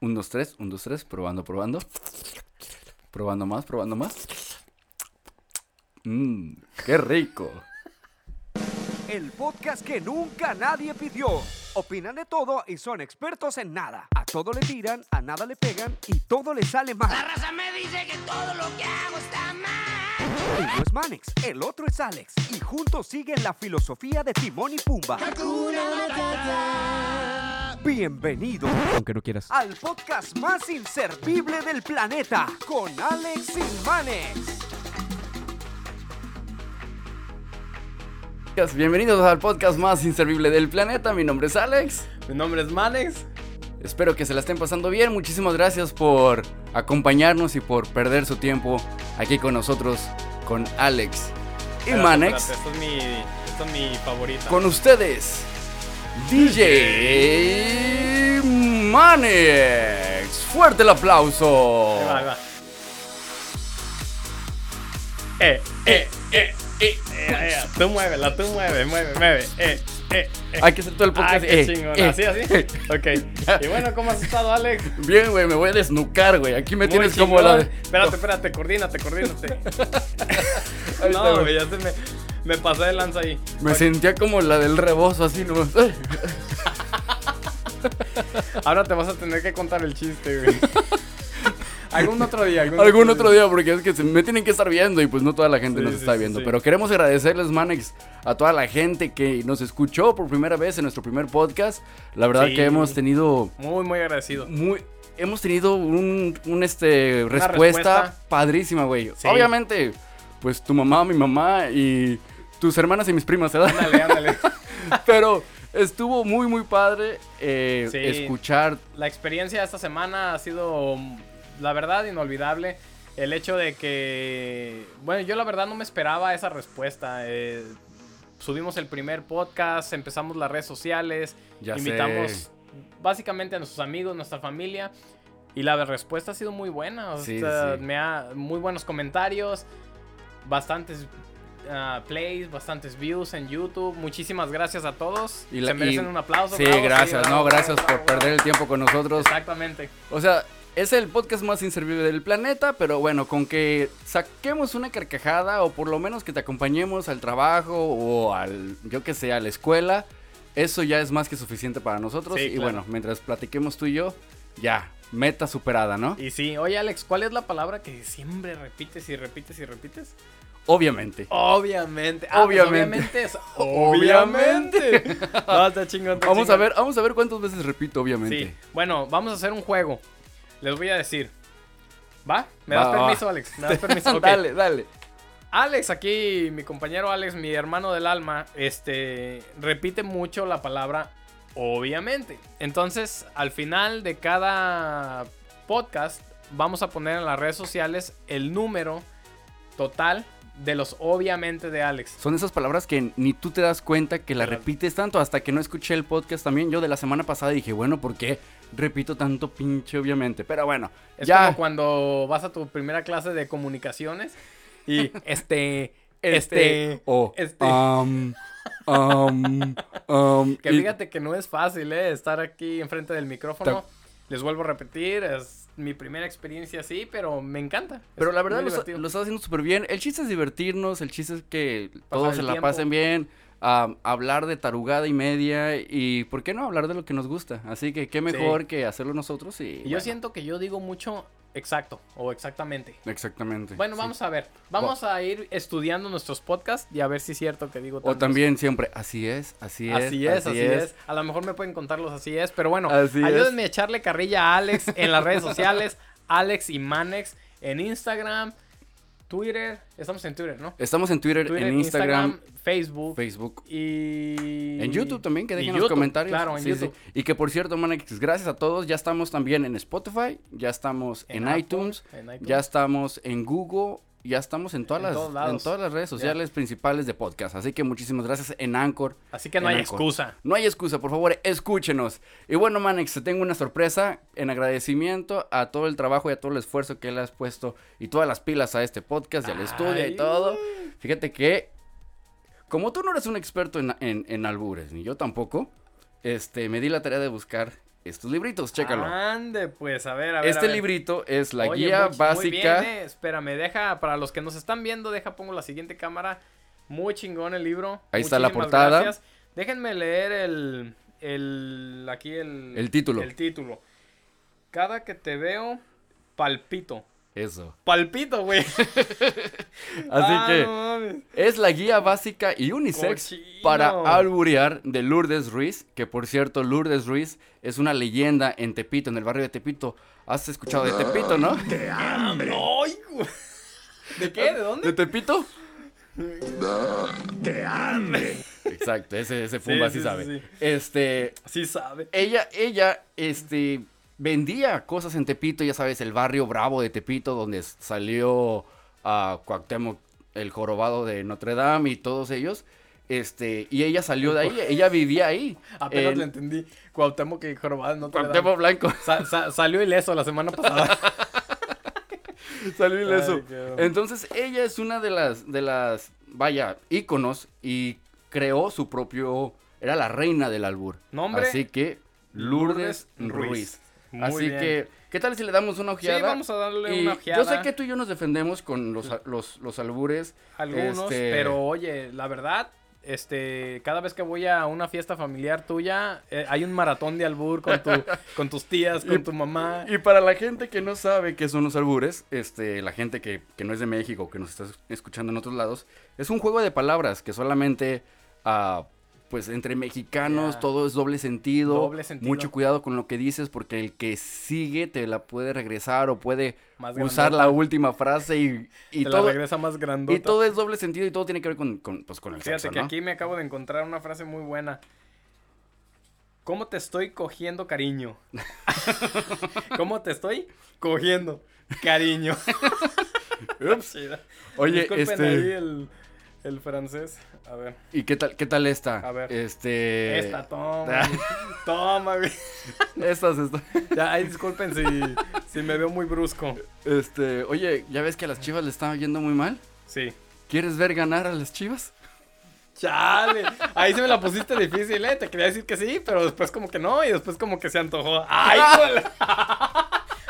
1, 2, 3, 1, 2, 3, probando, probando. Probando más, probando más. Mmm, qué rico. El podcast que nunca nadie pidió. Opinan de todo y son expertos en nada. A todo le tiran, a nada le pegan y todo le sale mal. La raza me dice que todo lo que hago está mal. Uno es Manex, el otro es Alex y juntos siguen la filosofía de Timón y Pumba. Bienvenido Aunque no quieras. al podcast más inservible del planeta con Alex y Manex. Bienvenidos al podcast más inservible del planeta. Mi nombre es Alex. Mi nombre es Manex. Espero que se la estén pasando bien. Muchísimas gracias por acompañarnos y por perder su tiempo aquí con nosotros, con Alex y Espérate, Manex. espérate, Esta es mi, esta es mi favorita. Con ustedes, DJ Manex. Fuerte el aplauso. Ahí va, ahí va. Eh, eh, eh, eh, eh, eh. Tú muévela, tú mueve, mueve, mueve. Eh, eh, eh. Hay que hacer todo el podcast. Ah, qué eh, chingón. eh, así, así. eh. Ok. Y bueno, ¿cómo has estado, Alex? Bien, güey, me voy a desnucar, güey. Aquí me Muy tienes como la. chingón. Espérate, espérate, coordínate, coordínate. Ahí está, no, güey. güey, ya se me, me pasé de lanza ahí. Me sentía como la del rebozo, así nomás. Ay, Ahora te vas a tener que contar el chiste, güey. algún otro día, algún, Algún otro día, porque es que se- me tienen que estar viendo y pues no toda la gente Sí, nos sí, está sí, viendo. sí. Pero queremos agradecerles, Manex, a toda la gente que nos escuchó por primera vez en nuestro primer podcast. La verdad Sí. que hemos tenido Muy, muy agradecido. muy. Hemos tenido un, un, este, respuesta, respuesta. padrísima, güey. Sí. Obviamente, pues tu mamá, mi mamá y tus hermanas y mis primas, ¿verdad? Ándale, ándale. Pero estuvo muy, muy padre eh, Sí. escuchar. La experiencia de esta semana ha sido, la verdad, inolvidable. El hecho de que, bueno, yo la verdad no me esperaba esa respuesta. Eh, subimos el primer podcast, empezamos las redes sociales, Ya sé. invitamos básicamente a nuestros amigos, nuestra familia. Y la respuesta ha sido muy buena. o Sí, sea, sí. Me ha, muy buenos comentarios, bastantes ah, plays, bastantes views en YouTube. Muchísimas gracias a todos. Y Y la- Se merecen y- un aplauso. Sí, bravo, gracias, bravo, no, gracias bravo, por bravo, perder el tiempo con nosotros. Exactamente. O sea, es el podcast más inservible del planeta, pero bueno, con que saquemos una carcajada o por lo menos que te acompañemos al trabajo o al, yo que sé, a la escuela, eso ya es más que suficiente para nosotros. Sí, y claro. bueno, mientras platiquemos tú y yo, ya, meta superada, ¿no? Y sí, oye Alex, ¿cuál es la palabra que siempre repites y repites y repites? Obviamente. Obviamente. Ah, pues, Obviamente. obviamente es- Obviamente. obviamente. No, está chingón, está Vamos a chingón. ver, vamos a ver cuántas veces repito, obviamente. Sí. Bueno, vamos a hacer un juego. Les voy a decir. ¿Va? ¿Me Va, das va, permiso, Alex? ¿Me das permiso? Ok. Ah, dale, dale. Alex, aquí, mi compañero Alex, mi hermano del alma, este, repite mucho la palabra obviamente. Entonces, al final de cada podcast, vamos a poner en las redes sociales el número total de los obviamente de Alex. Son esas palabras que ni tú te das cuenta que las Claro. repites tanto hasta que no escuché el podcast también. Yo de la semana pasada dije, bueno, ¿por qué repito tanto pinche obviamente? Pero bueno, Es ya como cuando vas a tu primera clase de comunicaciones y este, este, este, o este. am, am, am, Que um, y- fíjate que no es fácil, ¿eh? Estar aquí enfrente del micrófono. Les vuelvo a repetir, es mi primera experiencia así, pero me encanta. Pero Es la verdad muy lo, está- divertido. lo estás haciendo súper bien. El chiste es divertirnos, el chiste es que todos Pasar se el la tiempo. pasen bien, am, hablar de tarugada y media y, ¿por qué no? Hablar de lo que nos gusta. Así que qué mejor que hacerlo nosotros y... Y bueno. yo siento que yo digo mucho exacto o exactamente. Exactamente. Bueno, sí. vamos a ver. Vamos a ir estudiando nuestros podcasts y a ver si es cierto que digo O tantos. también siempre, así es, así es. Así es, así es. A lo mejor me pueden contar los así es, pero bueno, Así es. ayúdenme a echarle carrilla a Alex en las redes sociales, Alex y Manex en Instagram, Twitter, estamos en Twitter, ¿no? Estamos en Twitter, Twitter, en Instagram, Facebook, Facebook. y En YouTube también, que y dejen los YouTube, comentarios. Claro, en Sí, sí. YouTube. Y que por cierto, Manex, gracias a todos. Ya estamos también en Spotify, ya estamos en, Apple, iTunes, en iTunes. ya estamos en Google, ya estamos en todas, En las, todos lados. en todas las redes sociales principales de podcast. Así que muchísimas gracias en Anchor. Así que no en hay Anchor. excusa. No hay excusa, por favor, escúchenos. Y bueno, Manex, te tengo una sorpresa en agradecimiento a todo el trabajo y a todo el esfuerzo que le has puesto y todas las pilas a este podcast y al estudio y Ay. todo. Fíjate que, como tú no eres un experto en, en- en albures, ni yo tampoco, este, me di la tarea de buscar estos libritos, chécalo. Ande, pues, a ver, a ver. a este ver. librito es la Oye, guía muy- muy básica. bien, eh. Espérame, deja, para los que nos están viendo, deja, pongo la siguiente cámara. Muy chingón el libro. Ahí está la Muchísimas portada. gracias. Déjenme leer el, el, aquí el, El título. El título. Cada que te veo, palpito. Eso. Palpito, güey. Así Ah, que no mames. es la guía básica y unisex Cochino. para alburear de Lourdes Ruiz, que por cierto, Lourdes Ruiz es una leyenda en Tepito, en el barrio de Tepito. ¿Has escuchado de Tepito, no? Ay, güey. ¿De qué? ¿De dónde? ¿De Tepito? ¡Qué hambre! Exacto, ese, ese Fumba sí, sí, sí, sabe. sí. Este, Sí sabe. ella, ella, este, vendía cosas en Tepito, ya sabes, el barrio bravo de Tepito, donde s- salió a Cuauhtémoc, el jorobado de Notre Dame y todos ellos. Este, y ella salió de ahí, ella vivía ahí. Apenas en le entendí. Cuauhtémoc que jorobada no te Cuauhtémoc Blanco. Sa sa- salió ileso la semana pasada. Salió ileso. Ay, qué hombre. Entonces, ella es una de las, de las, vaya, íconos y creó su propio, era la reina del albur. Nombre, Así que, Lourdes, Ruiz. Muy Así bien. que, ¿qué tal si le damos una ojeada? Sí, vamos a darle Y una ojeada. Yo sé que tú y yo nos defendemos con los, a- los, los albures. Algunos, este, pero oye, la verdad, este, cada vez que voy a una fiesta familiar tuya, eh, hay un maratón de albur con, tu, con tus tías, con tu mamá. Y para la gente que no sabe qué son los albures, este, la gente que, que no es de México, que nos está es- escuchando en otros lados, es un juego de palabras que solamente, ah, pues entre mexicanos Ya. todo es doble sentido. Doble sentido. Mucho cuidado con lo que dices porque el que sigue te la puede regresar o puede Más usar grandota. la última frase y, y Y te la todo. regresa más grandota. Y todo es doble sentido y todo tiene que ver con, con, pues, con el Fíjate sexo, que ¿no? aquí me acabo de encontrar una frase muy buena. ¿Cómo te estoy cogiendo cariño? ¿Cómo te estoy cogiendo cariño? Ups. Chida. Oye, Disculpen este- ahí el, el francés. A ver. ¿Y qué tal, qué tal esta? A ver. Este. Esta, toma. güey. toma, güey. Estas, esta- Ya, ahí disculpen si, si me veo muy brusco. Este. Oye, ¿ya ves que a las chivas le estaba yendo muy mal? Sí. ¿Quieres ver ganar a las chivas? Chale. Ahí se me la pusiste difícil, ¿eh? Te quería decir que sí, pero después como que no y después como que se antojó. ¡Ay, güey!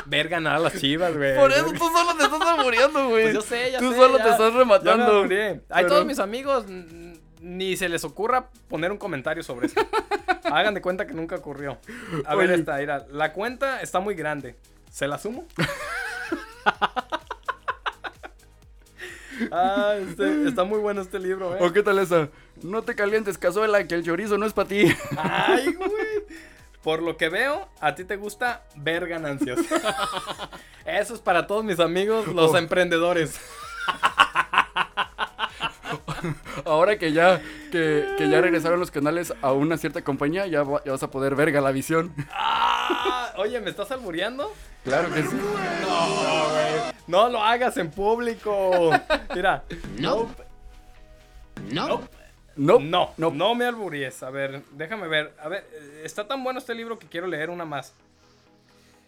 Ver ganar a las chivas, güey. Por eso tú solo te estás albureando, güey. Eh, Pues yo sé, ya Tú sé, solo ya- te estás ya me rematando. aburrí. Ay, Pero- todos mis amigos, mm, ni se les ocurra poner un comentario sobre eso. Hagan de cuenta que nunca ocurrió. A ver, Oye. esta, mira. La cuenta está muy grande. ¿Se la sumo? ah, este- está muy bueno este libro, eh. ¿O qué tal esa? No te calientes, cazuela, que el chorizo no es para ti. Ay, güey. Por lo que veo, a ti te gusta ver ganancias. Eso es para todos mis amigos, los emprendedores. Ahora que ya, que, que ya regresaron los canales a una cierta compañía, ya, va- ya vas a poder verga la visión. Ah, oye, ¿me estás albureando? Claro que sí. No lo hagas en público. Mira, No. No. No. no, No. no, me alburies. A ver, déjame ver. A ver, eh, está tan bueno este libro que quiero leer una más.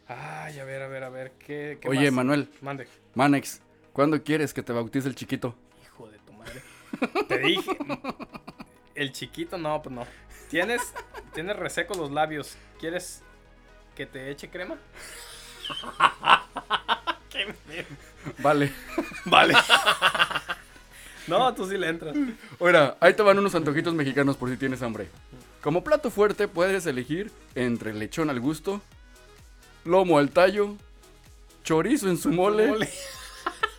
Ay, a ver, a ver, a ver, ¿qué, qué Oye, más? Manuel, Mande. Manex, ¿cuándo quieres que te bautice el chiquito? Hijo de tu madre. Te dije. El chiquito, no, pues no. Tienes, tienes reseco los labios. ¿Quieres que te eche crema? Qué mierda. Vale. vale. No, tú sí le entras. Ahora, ahí te van unos antojitos mexicanos por si tienes hambre. Como plato fuerte puedes elegir entre lechón al gusto, lomo al tallo, chorizo en su mole, Mole.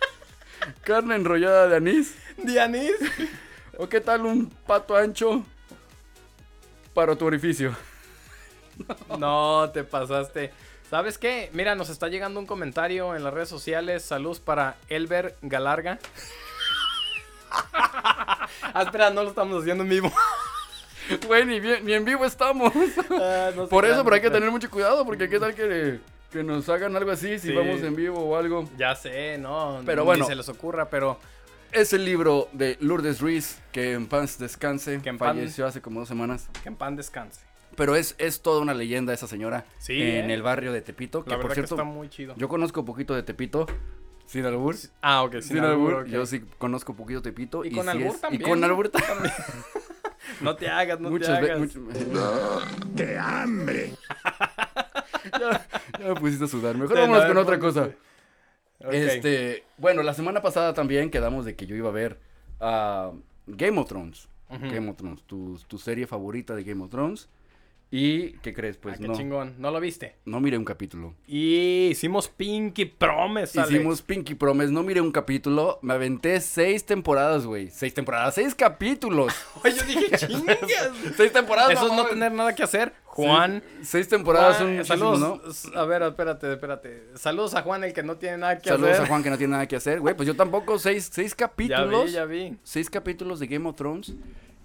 carne enrollada de anís, De anís. o qué tal un pato ancho para tu orificio. No, te pasaste. ¿Sabes qué? Mira, nos está llegando un comentario en las redes sociales. Saludos para Elber Galarga. ah, espera, no lo estamos haciendo en vivo. Güey, ni, bien- ni en vivo estamos. Por eso, pero hay que tener mucho cuidado, porque qué tal que, que nos hagan algo así si Sí. vamos en vivo o algo. Ya sé, no. Pero ni bueno. se les ocurra, pero. Es el libro de Lourdes Ruiz, que en paz descanse, Que en pan- falleció hace como dos semanas. Que en pan descanse. Pero es, es toda una leyenda esa señora Sí, en ¿eh? el barrio de Tepito, que La por verdad cierto, que está muy chido. yo conozco poquito de Tepito, sin albur, sin, Ah, ok, sin, albur, albur. ok. yo sí conozco poquito Tepito. Y con sí albur es- también. Y con albur ta- también. no te hagas, no muchas te veces. hagas. muchas- ¡Qué hambre! ya, ya me pusiste a sudar. Mejor Sí, vámonos no, con no, otra no, cosa. Ok. Ah, Este, bueno, la semana pasada también quedamos de que yo iba a ver ah, Game of Thrones. Ujú. Game of Thrones, tu, tu serie favorita de Game of Thrones. ¿Y qué crees? Ah, Pues qué no, chingón. ¿No lo viste? no miré un capítulo. Y hicimos Pinky Promise, Alex. Hicimos Pinky Promise, no miré un capítulo. Me aventé seis temporadas, güey. Seis temporadas, seis capítulos. Ay, yo dije, chingas. seis temporadas. Eso es no mames. tener nada que hacer. Juan. Ah, Sí, seis temporadas Juan, son muchísimo, saludos. ¿no? s- A ver, espérate, espérate. Saludos a Juan, el que no tiene nada que Saludos hacer. a Juan que no tiene nada que hacer, güey. Pues yo tampoco, seis, seis Ya capítulos. vi, ya vi. Seis capítulos de Game of Thrones.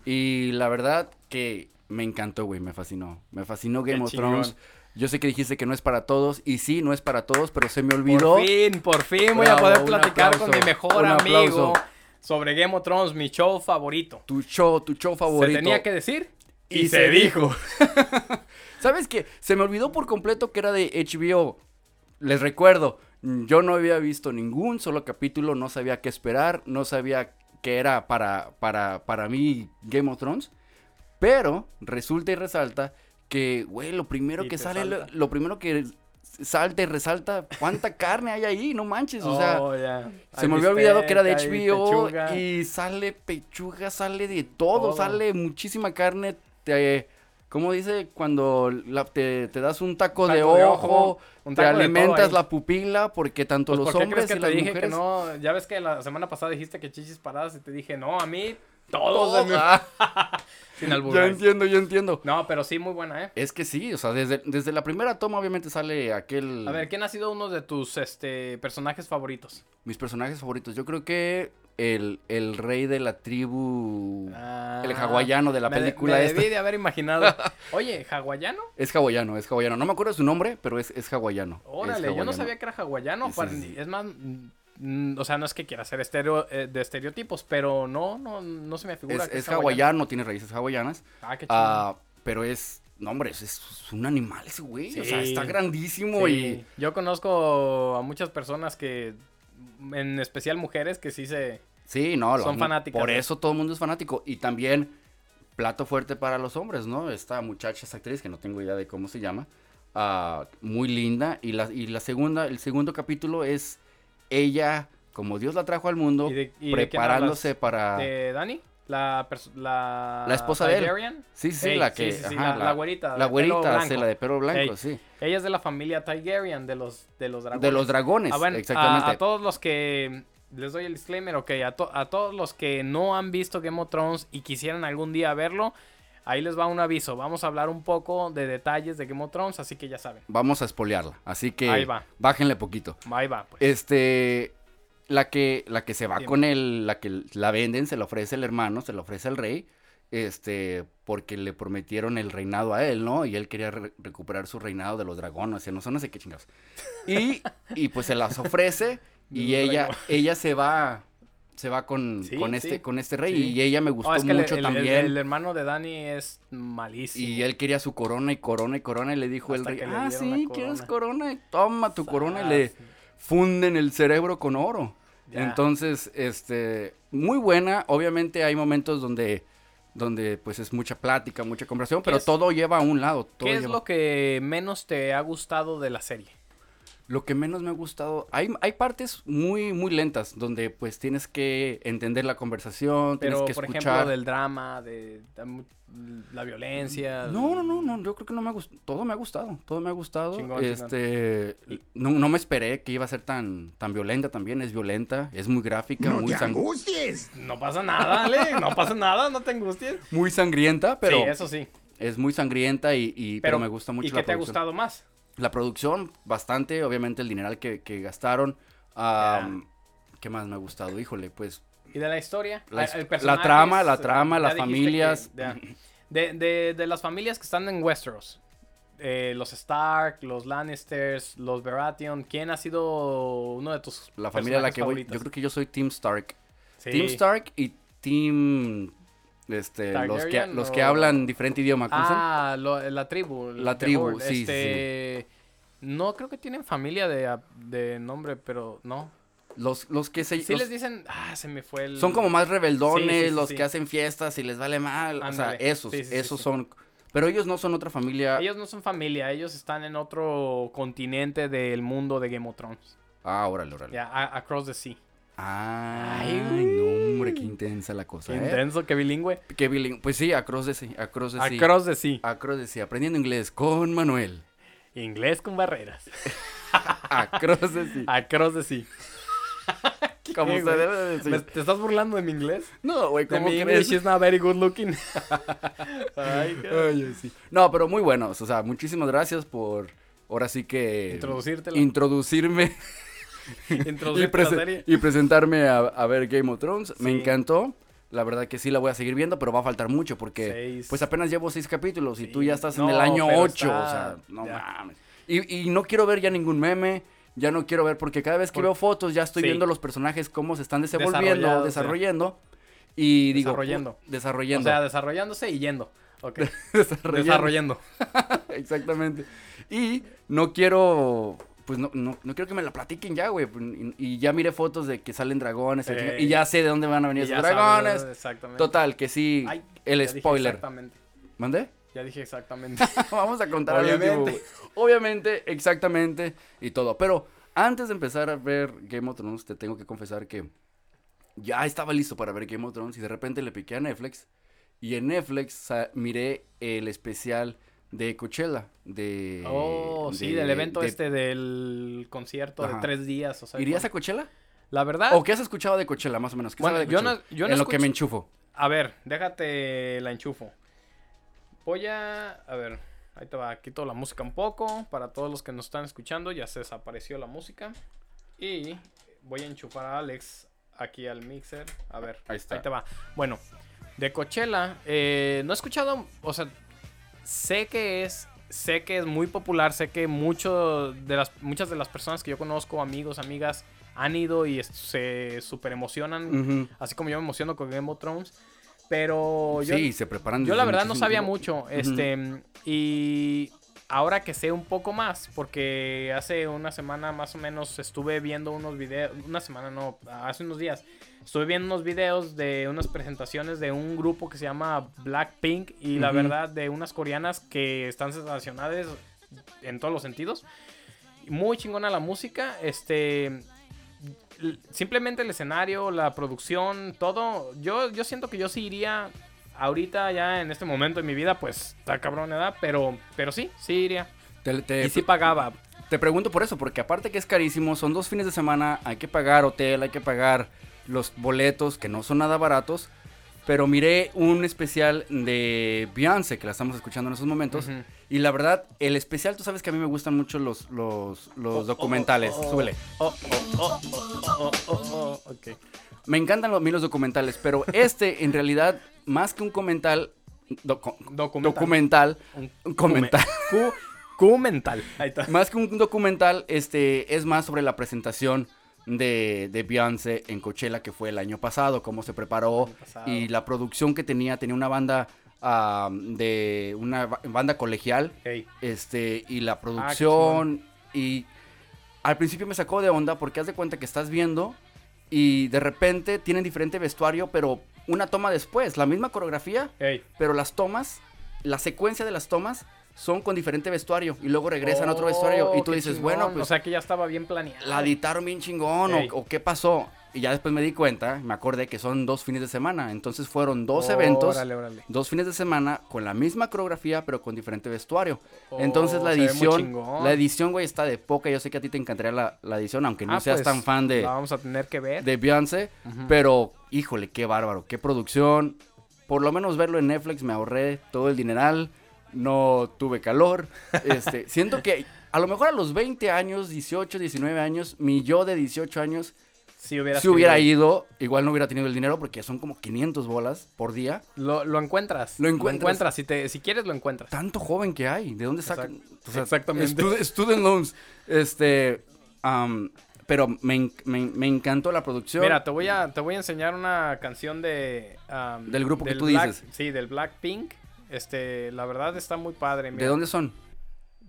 Y la verdad que me encantó, güey. Me fascinó. Me fascinó Game Qué of chingón. Thrones. Yo sé que dijiste que no es para todos. Y sí, no es para todos, pero se me olvidó. Por fin, por fin voy a Bravo, poder un platicar aplauso, con mi mejor un amigo aplauso. sobre Game of Thrones, mi show favorito. Tu show, tu show favorito. Se tenía que decir Y se dijo. ¿Sabes qué? Se me olvidó por completo que era de HBO. Les recuerdo, yo no había visto ningún solo capítulo, no sabía qué esperar, no sabía qué era para, para, para mí Game of Thrones. Pero resulta y resalta que, güey, lo primero Y que te sale, lo, salta. lo primero que salta y resalta, cuánta carne hay ahí, no manches, o sea. Oh, ya. Se Hay me había olvidado que era de bistec, hay HBO pechuga. y sale pechuga, sale de todo, Todo. sale muchísima carne. Te, ¿Cómo dice? Cuando la- te, te das un taco, de, Taco de ojo, ojo, un te taco de todo alimentas ahí. la pupila porque tanto Pues, los ¿por qué hombres crees que y te las dije mujeres... que no? Ya ves que la semana pasada dijiste que chichis paradas y te dije, no, a mí todos Todo, ah, sin yo alburar. entiendo, yo entiendo. No, pero sí, muy buena, ¿eh? Es que sí, o sea, desde, desde la primera toma obviamente sale aquel... A ver, ¿quién ha sido uno de tus este, personajes favoritos? Mis personajes favoritos. Yo creo que el, el rey de la tribu... el hawaiano de la Ah, Me de- película me esta. debí de haber imaginado. Oye, ¿hawaiano? Es hawaiano, es hawaiano. No me acuerdo su nombre, pero es, es hawaiano. Es Órale, yo no hawaiano. sabía que era hawaiano, Sí, Juan. sí, sí. Es más, mm, mm, o sea, no es que quiera ser estereo, eh, de estereotipos, pero no, no, no se me figura Es, que es hawaiano, tiene raíces hawaianas. Ah, qué chido. Ah, pero es, no hombre, es, es un animal ese güey. O sea, Sí. está grandísimo Sí, Yo conozco a muchas personas que, en especial mujeres, que sí se... y... Sí, no. lo- Son fanáticas, ¿eh? Por ¿no? eso todo el mundo es fanático. Y también, plato fuerte para los hombres, ¿no? Esta muchacha, esta actriz, que no tengo idea de cómo se llama. ah, muy linda. Y la, y la segunda, el segundo capítulo es ella, como Dios la trajo al mundo, ¿Y de- y de quién preparándose para... ¿De Dani? La, pers- la... La esposa de él. Targaryen. Sí, sí, sí, Ey, la que. sí, sí, ajá, la, la güerita. de La pelo güerita, sí, blanco. la de pelo blanco, Ey, sí. Ella es de la familia Targaryen, de los, de los dragones. De los dragones, Ah, bueno, a- exactamente. A, todos los que. Les doy el disclaimer, ok. A, to- a todos los que no han visto Game of Thrones y quisieran algún día verlo, ahí les va un aviso. Vamos a hablar un poco de detalles de Game of Thrones, así que ya saben. Vamos a espolearla, así que Ahí va. bájenle poquito. Ahí va, pues. Este, la que, la que se va Dime. con el, la que la venden, se la ofrece el hermano, se la ofrece el rey, este, porque le prometieron el reinado a él, ¿no? Y él quería re- recuperar su reinado de los dragones, y no sé, no sé qué chingados. Y, y pues se las ofrece y Los ella, dragones. ella se va, se va con, Sí, con sí. este, con este rey Sí. y ella me gustó Ah, es que el- mucho el, el- también. el hermano de Dani es malísimo. Y él quería su corona y corona y corona y le dijo Hasta el que rey, le ah, dieron la sí, corona". ¿quieres corona? Y Toma tu corona y le Sas. funden el cerebro con oro. Ya. Entonces, este, muy buena. Obviamente hay momentos donde, donde pues es mucha plática, mucha conversación, pero es- todo lleva a un lado. todo ¿Qué es lleva- lo que menos te ha gustado de la serie? Lo que menos me ha gustado, hay, hay partes muy, muy lentas donde pues tienes que entender la conversación, Pero, tienes que por escuchar. ejemplo, del drama, de, de la violencia. No, no, no, no, yo creo que no me ha gustado, todo me ha gustado, todo me ha gustado. Chingón, chingón. este, no, no me esperé que iba a ser tan, tan violenta también, es violenta, es muy gráfica, muy, sang- angusties! No pasa nada, Ale, no pasa nada, no te angusties. muy sangrienta, pero sí, eso sí. es muy sangrienta y, y- pero, me gusta mucho ¿Y qué la te ha producción. gustado más? La producción, bastante, obviamente el dineral que, que gastaron. am, ¿Qué más me ha gustado? Híjole, pues ¿Y de la historia? La Ah, his- el la personaje trama, es- la trama, ya las dijiste familias. que- ya. de, de- de las familias que están en Westeros. eh, los Stark, los Lannisters, los Baratheon. ¿Quién ha sido uno de tus la familia a la que voy, yo creo que yo soy Team Stark. Team Stark y Team... Este, los que, Targaryen los que o- hablan diferente idioma. ¿cómo se llama? Ah, lo- la tribu. el- La the tribu, horde, sí, sí, este, No creo que tienen familia de, de nombre, pero no. Los, los que se... Sí los- les dicen, ah, se me fue el... Son como más rebeldones, Sí, sí, sí, los sí. que hacen fiestas y les vale mal. O sea, Ándale. esos, Sí, sí, sí, esos sí. son. Pero ellos no son otra familia. Ellos no son familia, ellos están en otro continente del mundo de Game of Thrones. Ah, órale, órale. Ya, a- across the sea. Ay, Ay, no, hombre, qué intensa la cosa. Qué ¿eh? intenso, qué bilingüe. Qué bilingüe. Pues sí, across the sea, across the sea. Across the sea. Across the sea, aprendiendo inglés con Manuel. Inglés con barreras. Across the sea. Across the sea. Como ¿Qué, se güey? debe de ¿Me- decir. ¿Te estás burlando de mi inglés? No, güey, De ¿cómo mi crees? English is not very good looking. Ay, qué- Ay, sí. No, pero muy buenos. O sea, muchísimas gracias por ahora sí que Introducírtela. introducirme y, Introducir la prese- serie. y presentarme a, a ver Game of Thrones. Me Sí. encantó. La verdad que sí la voy a seguir viendo, pero va a faltar mucho porque Seis. pues apenas llevo seis capítulos y tú Sí. ya estás en No, el año pero ocho. O está- sea, no ya. mames. Y, y no quiero ver ya ningún meme. Ya no quiero ver porque cada vez que Por- veo fotos ya estoy Sí. viendo los personajes cómo se están desenvolviendo, Desarrollados, desarrollando. Y digo, Desarrollando. pu- desarrollando. O sea, desarrollándose y yendo. Ok. desarrollando. Desarrollando. Exactamente. Y no quiero. Pues no, no, no quiero que me la platiquen ya, güey. Y, y ya miré fotos de que salen dragones. la chingada, Ey. y ya sé de dónde van a venir Y esos ya dragones. sabes, Exactamente. Total, que sí. Ay, ya el dije spoiler. Exactamente. ¿Mandé? Ya dije exactamente. Vamos a contar al Obviamente. último, güey. Obviamente, exactamente y todo. Pero antes de empezar a ver Game of Thrones, te tengo que confesar que ya estaba listo para ver Game of Thrones y de repente le piqué a Netflix. Y en Netflix sa- miré el especial de Coachella. De, Oh, sí, de- del evento de- este del concierto Ajá. de tres días. O sea, ¿Irías bueno, a Coachella? La verdad, ¿O qué has escuchado de Coachella, más o menos? ¿Qué Ah. Bueno, sabes de yo no- Coachella? yo no En lo que escuché- me enchufo. a ver, déjate la enchufo. Voy a. A ver, ahí te va. Quito la música un poco. Para todos los que nos están escuchando, ya se desapareció la música. Y voy a enchufar a Alex aquí al mixer. A ver, Ahí está. te va. Bueno, de Coachella, eh, no he escuchado. O sea, sé que es sé que es muy popular sé que mucho de las muchas de las personas que yo conozco amigos amigas han ido y es- se super emocionan Ujú. así como yo me emociono con Game of Thrones pero yo, sí, se preparan. yo desde la verdad no muchísimo sabía tiempo. mucho este y ahora que sé un poco más porque hace una semana más o menos estuve viendo unos videos una semana no hace unos días estuve viendo unos videos de unas presentaciones de un grupo que se llama Blackpink y la Ujú. verdad de unas coreanas que están sensacionales en todos los sentidos. Muy chingona la música, este l- simplemente el escenario, la producción, todo. Yo yo siento que yo sí iría ahorita ya en este momento de mi vida, pues está cabrón edad, pero pero sí, sí iría. Te, te- Y sí pagaba. Te pregunto por eso, porque aparte que es carísimo, son dos fines de semana, hay que pagar hotel, hay que pagar los boletos, que no son nada baratos. Pero miré un especial de Beyoncé, que la estamos escuchando en esos momentos. Ujú. Y la verdad, el especial, tú sabes que a mí me gustan mucho los, los, los documentales. Súbele. Oh, oh, oh, oh, oh, oh, oh, ok. Me encantan los, a mí los documentales, pero este, en realidad, más que un comental, docu- Documental. documental, Un- un comental. Cu- cu mental. Ahí está. Más que un documental, este es más sobre la presentación de, de Beyoncé en Coachella que fue el año pasado, cómo se preparó año pasado. y la producción que tenía, tenía una banda ah, de una ba- banda colegial, Ey. este y Ah, la producción y al principio me sacó de onda porque haz de cuenta que estás viendo y de repente tienen diferente vestuario, pero una toma después, la misma coreografía, Ey. pero las tomas, la secuencia de las tomas son con diferente vestuario y luego regresan a otro vestuario y tú Oh, qué dices, chingón. bueno, pues O sea que ya estaba bien planeado. la editaron bien chingón Ey. o, o qué pasó. Y ya después me di cuenta, me acordé que son dos fines de semana, entonces fueron dos eventos. Órale, órale. Dos fines de semana con la misma coreografía pero con diferente vestuario. Oh, Entonces la se ve muy edición, chingón. la edición, güey, está de poca. Yo sé que a ti te encantaría la, la edición, aunque no Ah, seas pues, tan fan de, La vamos a tener que ver. de Beyoncé, pero híjole, qué bárbaro, qué producción. Por lo menos verlo en Netflix me ahorré todo el dineral, no tuve calor. Este, siento que a lo mejor a los 20 años, 18, 19 años, mi yo de 18 años, si hubiera, si hubiera ido, igual no hubiera tenido el dinero porque son como 500 bolas por día. Lo, lo encuentras. Lo encuentras. Si, te, si quieres, lo encuentras. Tanto joven que hay, ¿de dónde sacan? Exact- exactamente. stud- student loans. Este, am, pero me, en- me en- me encantó la producción. Mira, te voy, a, te voy a enseñar una canción de. am, Del grupo que tú Black- dices. Sí, del Blackpink. Este, la verdad está muy padre. ¿De mira. dónde son?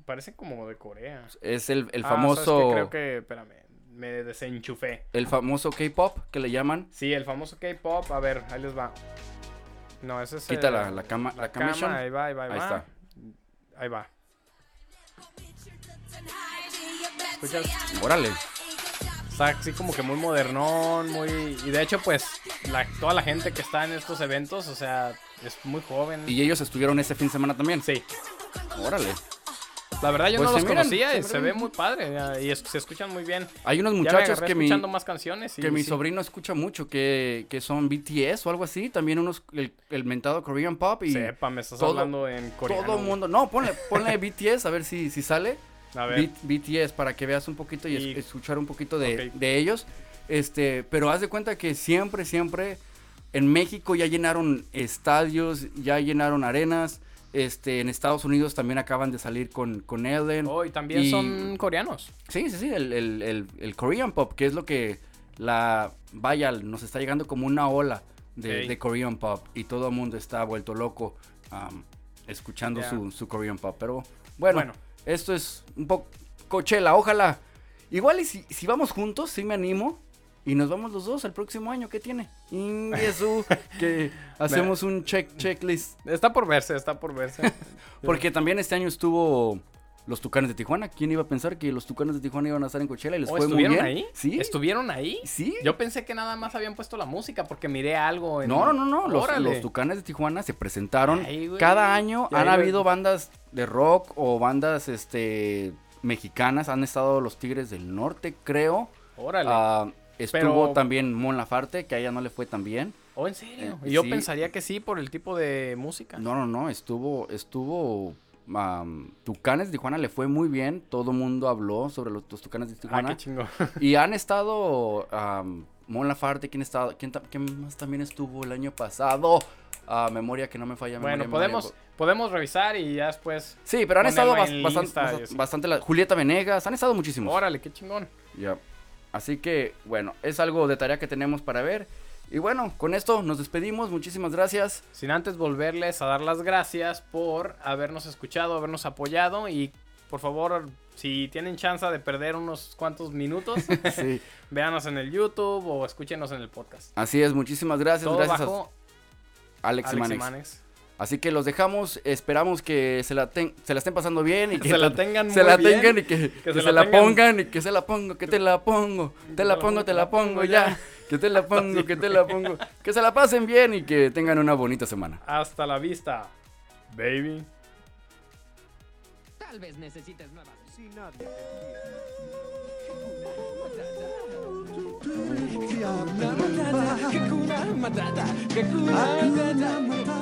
Parece como de Corea. Es el, el Ah, famoso... ¿sabes qué? Creo que, espérame, me desenchufé. El famoso K-pop que le llaman. Sí, el famoso K-pop. A ver, ahí les va. No, ese es. Quita el- la- la cama- la camation. Ahí va, ahí va, ahí, Ahí va. está. Ahí va. Pues ¿Escuchas? Órale. Está así como que muy modernón, muy. Y de hecho, pues, la, toda la gente que está en estos eventos, o sea, es muy joven. Y ellos estuvieron ese fin de semana también. Sí. Órale. La verdad, yo Pues no se los miran, conocía se y se miran. ve muy padre. ya, Y es- se escuchan muy bien. Hay unos ya me muchachos agarré que mi, escuchando más canciones. y que mi sí. sobrino escucha mucho, que, que son BTS o algo así. También unos, el, el mentado Korean Pop y Sepa, me estás todo- hablando en coreano. todo güey. mundo. No, ponle, ponle BTS a ver si, si sale. A ver. B- BTS para que veas un poquito y, es- Y- escuchar un poquito de, Ok. de ellos. Este, pero haz de cuenta que siempre, siempre en México ya llenaron estadios, ya llenaron arenas. Este, en Estados Unidos también acaban de salir con, con Ellen. Oh, y también Y- son coreanos. Sí, sí, sí, el, el- el- el Korean Pop, que es lo que la... Vaya, nos está llegando como una ola de, Ey. de Korean Pop y todo el mundo está vuelto loco am, escuchando Ya. su, su Korean Pop. Pero bueno, Bueno. esto es un poco Coachella, ojalá. Igual y si, si vamos juntos, sí me animo. Y nos vamos los dos el próximo año, ¿qué tiene? Ingesu, que hacemos un check checklist. Está por verse, está por verse. Porque también este año estuvo los Tucanes de Tijuana. ¿Quién iba a pensar que los Tucanes de Tijuana iban a estar en Coachella y les Oh, fue muy ¿Estuvieron bien? ahí? Sí. ¿Estuvieron ahí? Sí. Yo pensé que nada más habían puesto la música porque miré algo en... No, no, no, los, Órale. los Tucanes de Tijuana se presentaron. Ay, güey. Cada año Ya han iba- habido bandas de rock o bandas este mexicanas. Han estado los Tigres del Norte, creo. Órale. Ah, estuvo Pero- también Mon Lafarte, que a ella no le fue tan bien. Oh, ¿en serio? eh, Y yo sí. pensaría que sí por el tipo de música. Ah, No, no, no, estuvo, estuvo, am, Tucanes de Tijuana le fue muy bien, todo mundo habló sobre los, los Tucanes de ah, Tijuana. qué chingón. y han estado, am, Mon Lafarte, ¿quién, estaba, quién, ta- quién más también estuvo el año pasado? A memoria que no me falla. memoria, bueno, memoria, podemos, po- podemos revisar y ya después... Sí, pero han estado ponerlo en bastante, lista y así. bastante la- Julieta Venegas, han estado muchísimos. Órale, qué chingón. Ya. Así que, bueno, es algo de tarea que tenemos para ver. Y bueno, con esto nos despedimos, muchísimas gracias. Sin antes volverles a dar las gracias por habernos escuchado, habernos apoyado y por favor, si tienen chance de perder unos cuantos minutos, Sí. véanos en el YouTube o escúchenos en el podcast. Así es, muchísimas gracias, Todo gracias a bajo Alex, Alex Imanex. Imanex. Así que los dejamos, esperamos que se la, ten- se la estén pasando bien y que Se la tengan se muy la bien, tengan y que, que se, la tengan. pongan y que se la pongo, que te la pongo, te la pongo, te la pongo ya, que te la pongo, que te la pongo, que se la pasen bien y que tengan una bonita semana. Hasta la vista, baby. Tal vez necesites nuevas. Si nadie te entiende. Hakuna Matata, Hakuna Matata, Hakuna Matata.